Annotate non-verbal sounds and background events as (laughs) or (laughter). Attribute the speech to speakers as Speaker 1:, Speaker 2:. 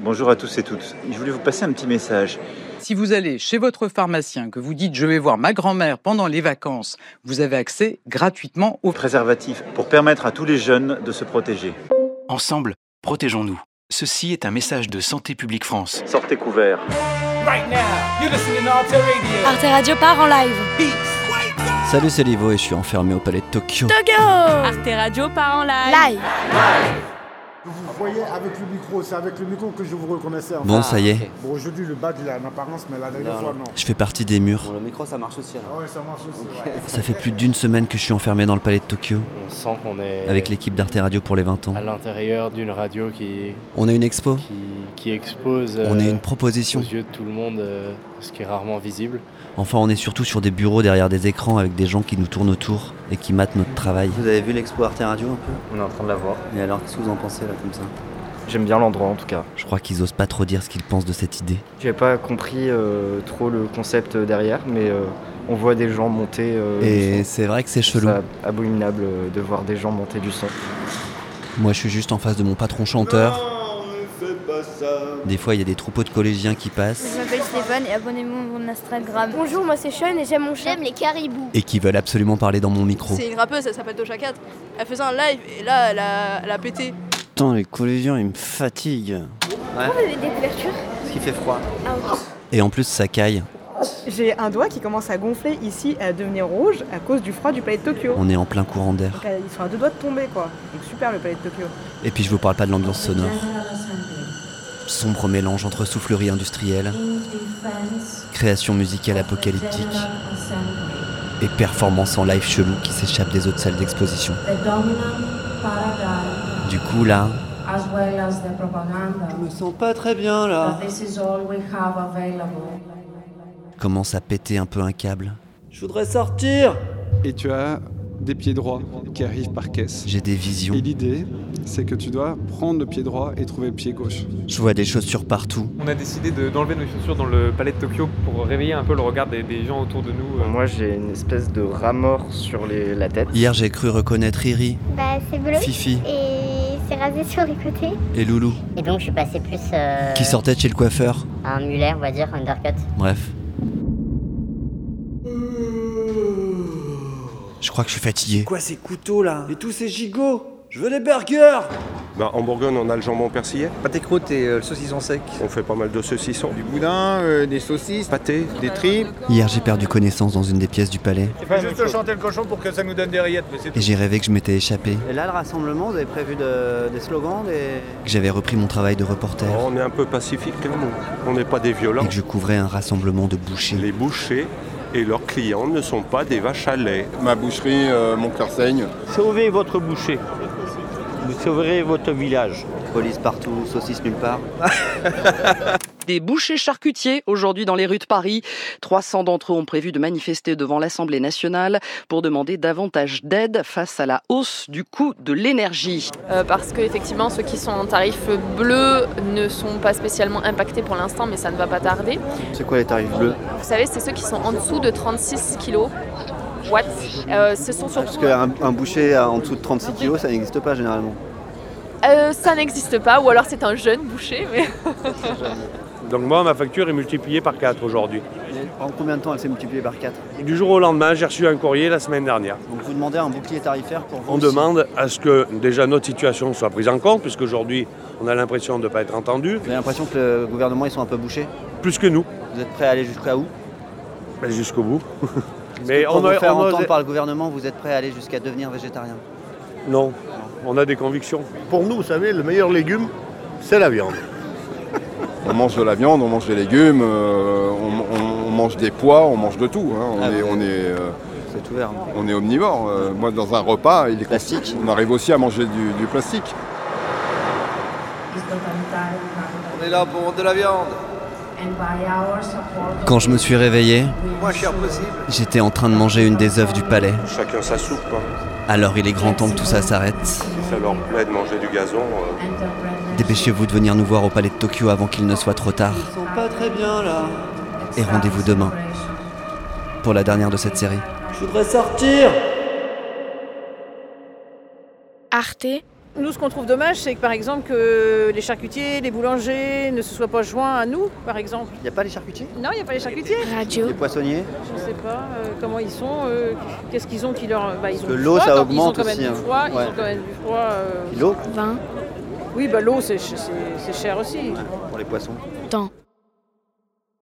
Speaker 1: Bonjour à tous et toutes. Je voulais vous passer un petit message.
Speaker 2: Si vous allez chez votre pharmacien, que vous dites je vais voir ma grand-mère pendant les vacances, vous avez accès gratuitement au
Speaker 1: Préservatif pour permettre à tous les jeunes de se protéger.
Speaker 3: Ensemble, protégeons-nous. Ceci est un message de Santé publique France.
Speaker 1: Sortez couverts.
Speaker 4: Right now, you're listening to Alter Radio.
Speaker 5: Arte Radio part en live.
Speaker 6: Salut, c'est Livo et je suis enfermé au palais de Tokyo.
Speaker 5: Tokyo
Speaker 7: Arte Radio part en live.
Speaker 5: Live
Speaker 8: Vous voyez avec le micro, c'est avec le micro que je vous reconnaissais.
Speaker 6: Bon, ça y est,
Speaker 8: Bon, aujourd'hui, le badge, il a une apparence, mais la dernière
Speaker 9: Non,
Speaker 8: fois,
Speaker 9: non.
Speaker 8: non.
Speaker 6: je fais partie des murs.
Speaker 9: le micro, ça marche aussi.
Speaker 8: Ah ouais, ça marche aussi. ouais.
Speaker 6: Ça fait plus d'une semaine que je suis enfermé dans le palais de Tokyo
Speaker 9: On sent qu'on est
Speaker 6: avec l'équipe d'Arte Radio pour les 20 ans.
Speaker 9: à l'intérieur d'une radio qui,
Speaker 6: On a une expo,
Speaker 9: qui, qui expose
Speaker 6: on a
Speaker 9: euh,
Speaker 6: une
Speaker 9: aux
Speaker 6: proposition.
Speaker 9: yeux de tout le monde euh, ce qui est rarement visible.
Speaker 6: Enfin, on est surtout sur des bureaux derrière des écrans avec des gens qui nous tournent autour et qui matent notre travail. Vous avez vu l'expo Arte Radio un peu
Speaker 10: On est en train de la voir.
Speaker 6: Et alors, qu'est-ce que vous en pensez là comme ça
Speaker 10: J'aime bien l'endroit en tout cas.
Speaker 6: Je crois qu'ils osent pas trop dire ce qu'ils pensent de cette idée.
Speaker 10: J'ai pas compris euh, trop le concept derrière, mais euh, on voit des gens monter. euh,
Speaker 6: Et
Speaker 10: du son.
Speaker 6: c'est vrai que c'est
Speaker 10: Je trouve
Speaker 6: chelou.
Speaker 10: ça abominable euh, de voir des gens monter du son.
Speaker 6: Moi, je suis juste en face de mon patron chanteur. Des fois, il y a des troupeaux de collégiens qui passent
Speaker 11: Je m'appelle Stéphane et abonnez-moi à mon Instagram. Bonjour, moi c'est Sean et j'aime mon chat. J'aime les caribous.
Speaker 6: et qui veulent absolument parler dans mon micro.
Speaker 7: C'est une rappeuse, elle s'appelle Doja Cat. Elle faisait un live et là, elle a, elle a pété.
Speaker 6: Putain, les collégiens, ils me fatiguent.
Speaker 11: Vous avez des couvertures Ah,
Speaker 9: Ce qui fait froid.
Speaker 6: Et en plus, ça caille.
Speaker 7: J'ai un doigt qui commence à gonfler ici et à devenir rouge à cause du froid du palais de Tokyo.
Speaker 6: On est en plein courant d'air.
Speaker 7: Donc, euh, ils sont à deux doigts de tomber quoi. Donc super le palais de Tokyo.
Speaker 6: Et puis je vous parle pas de l'ambiance sonore. Sombre mélange entre soufflerie industrielle, création musicale apocalyptique et performance en live chelou qui s'échappe des autres salles d'exposition. Du coup là, je me sens pas très bien là. Commence à péter un peu un câble. Je voudrais sortir.
Speaker 12: et tu as des pieds droits qui arrivent par caisse.
Speaker 6: J'ai des visions.
Speaker 12: Et l'idée, c'est que tu dois prendre le pied droit et trouver le pied gauche.
Speaker 6: Je vois des chaussures partout.
Speaker 4: On a décidé de- d'enlever nos chaussures dans le palais de Tokyo pour réveiller un peu le regard des, des gens autour de nous. euh.
Speaker 10: Moi, j'ai une espèce de ramor sur les- la tête.
Speaker 6: Hier j'ai cru reconnaître Iri,
Speaker 11: Bah, c'est bleu.
Speaker 6: Fifi
Speaker 11: Et c'est rasé sur les côtés.
Speaker 6: et Loulou
Speaker 7: Et donc je suis passé plus
Speaker 6: qui sortaient de chez le coiffeur.
Speaker 7: à un mulet, on va dire, undercut.
Speaker 6: Bref. Je crois que je suis fatigué.
Speaker 9: Quoi ces couteaux là Et tous ces gigots Je veux des burgers
Speaker 12: Bah, en Bourgogne, on a le jambon persillé,
Speaker 9: Pâté croûte et le saucisson sec.
Speaker 12: on fait pas mal de saucissons, du
Speaker 4: boudin, des saucisses,
Speaker 12: pâté, des tripes.
Speaker 6: Hier, j'ai perdu connaissance dans une des pièces du palais
Speaker 4: juste chanter le cochon pour que ça nous donne des rillettes, mais c'est
Speaker 6: et j'ai rêvé que je m'étais échappé,
Speaker 9: Et là, le rassemblement, vous avez prévu des slogans
Speaker 6: que j'avais repris mon travail de reporter
Speaker 12: on est un peu pacifique, hein, nous. on n'est pas des violents.
Speaker 6: et que je couvrais un rassemblement de bouchers.
Speaker 12: Les bouchers et leurs clients ne sont pas des vaches à lait.
Speaker 8: Ma boucherie, mon cœur saigne.
Speaker 9: Sauvez votre boucher. Vous sauverez votre village.
Speaker 6: Police partout, saucisses nulle part.
Speaker 7: Des bouchers charcutiers aujourd'hui dans les rues de Paris. 300 d'entre eux ont prévu de manifester devant l'Assemblée nationale pour demander davantage d'aide face à la hausse du coût de l'énergie.
Speaker 11: parce que effectivement, ceux qui sont en tarif bleu ne sont pas spécialement impactés pour l'instant, mais ça ne va pas tarder.
Speaker 9: C'est quoi les tarifs bleus
Speaker 11: Vous savez, c'est ceux qui sont en dessous de 36 kilos. What Euh, Ce sont
Speaker 9: Parce
Speaker 11: surtout.
Speaker 9: qu'un un boucher en dessous de 36 kg, ça n'existe pas généralement.
Speaker 11: Euh, ça n'existe pas, ou alors c'est un jeune boucher, mais.
Speaker 4: Donc moi, ma facture est multipliée par 4 aujourd'hui.
Speaker 9: En combien de temps elle s'est multipliée par 4
Speaker 4: Du jour au lendemain, j'ai reçu un courrier la semaine dernière.
Speaker 9: Donc vous demandez un bouclier tarifaire pour vous
Speaker 4: On
Speaker 9: aussi.
Speaker 4: demande à ce que déjà notre situation soit prise en compte, puisqu'aujourd'hui, on a l'impression de ne pas être entendu,
Speaker 9: Vous avez l'impression que le gouvernement, ils sont un peu bouchés
Speaker 4: plus que nous,
Speaker 9: Vous êtes prêts à aller jusqu'à où
Speaker 4: Ben, jusqu'au
Speaker 8: (laughs)
Speaker 4: bout.
Speaker 9: Mais Pour
Speaker 4: on
Speaker 9: vous
Speaker 4: a-
Speaker 9: faire
Speaker 4: on a-
Speaker 9: entendre par le gouvernement, vous êtes prêts à aller jusqu'à devenir végétarien
Speaker 4: Non, on a des convictions.
Speaker 8: Pour nous, vous savez, le meilleur légume, c'est la viande. (laughs) on mange de la viande, on mange des légumes, euh, on, on- on mange des pois, on mange de tout. hein. On,
Speaker 9: Ah
Speaker 8: est,
Speaker 9: oui.
Speaker 8: on, est, euh,
Speaker 9: C'est ouvert. hein.
Speaker 8: on est omnivore. Euh, moi, dans un repas, il est
Speaker 9: Plastique.
Speaker 8: On arrive aussi à manger du, du plastique.
Speaker 9: On est là pour de la viande.
Speaker 6: Quand je me suis réveillé,
Speaker 9: Moins cher possible.
Speaker 6: j'étais en train de manger une des œuvres du palais.
Speaker 12: Chacun sa soupe, hein.
Speaker 6: Alors il est grand temps que tout ça s'arrête.
Speaker 12: si ça leur plaît de manger du gazon. euh,
Speaker 6: Dépêchez-vous de venir nous voir au palais de Tokyo avant qu'il ne soit trop tard.
Speaker 9: Ils sont pas très bien là.
Speaker 6: Et rendez-vous demain pour la dernière de cette série.
Speaker 9: Je voudrais sortir
Speaker 5: Arte Nous, ce qu'on trouve dommage, c'est que par exemple que Euh, les charcutiers, les boulangers ne se soient pas joints à nous, par exemple.
Speaker 6: Il n'y a pas les charcutiers
Speaker 5: Non, il n'y a pas les charcutiers.
Speaker 6: Les poissonniers
Speaker 5: Je ne sais pas euh, comment ils sont, euh, qu'est-ce qu'ils ont qui leur. Bah, ils ont
Speaker 6: Parce que
Speaker 5: du
Speaker 6: l'eau,
Speaker 5: froid,
Speaker 6: ça
Speaker 5: donc
Speaker 6: augmente
Speaker 5: ils ont quand
Speaker 6: aussi,
Speaker 5: Même
Speaker 6: hein.
Speaker 5: du froid, Ils
Speaker 6: Ouais.
Speaker 5: ont quand même du froid. euh,
Speaker 6: L'eau
Speaker 5: Oui, bah, l'eau, c'est ch- c'est- c'est cher aussi.
Speaker 6: pour les poissons.
Speaker 13: Temps.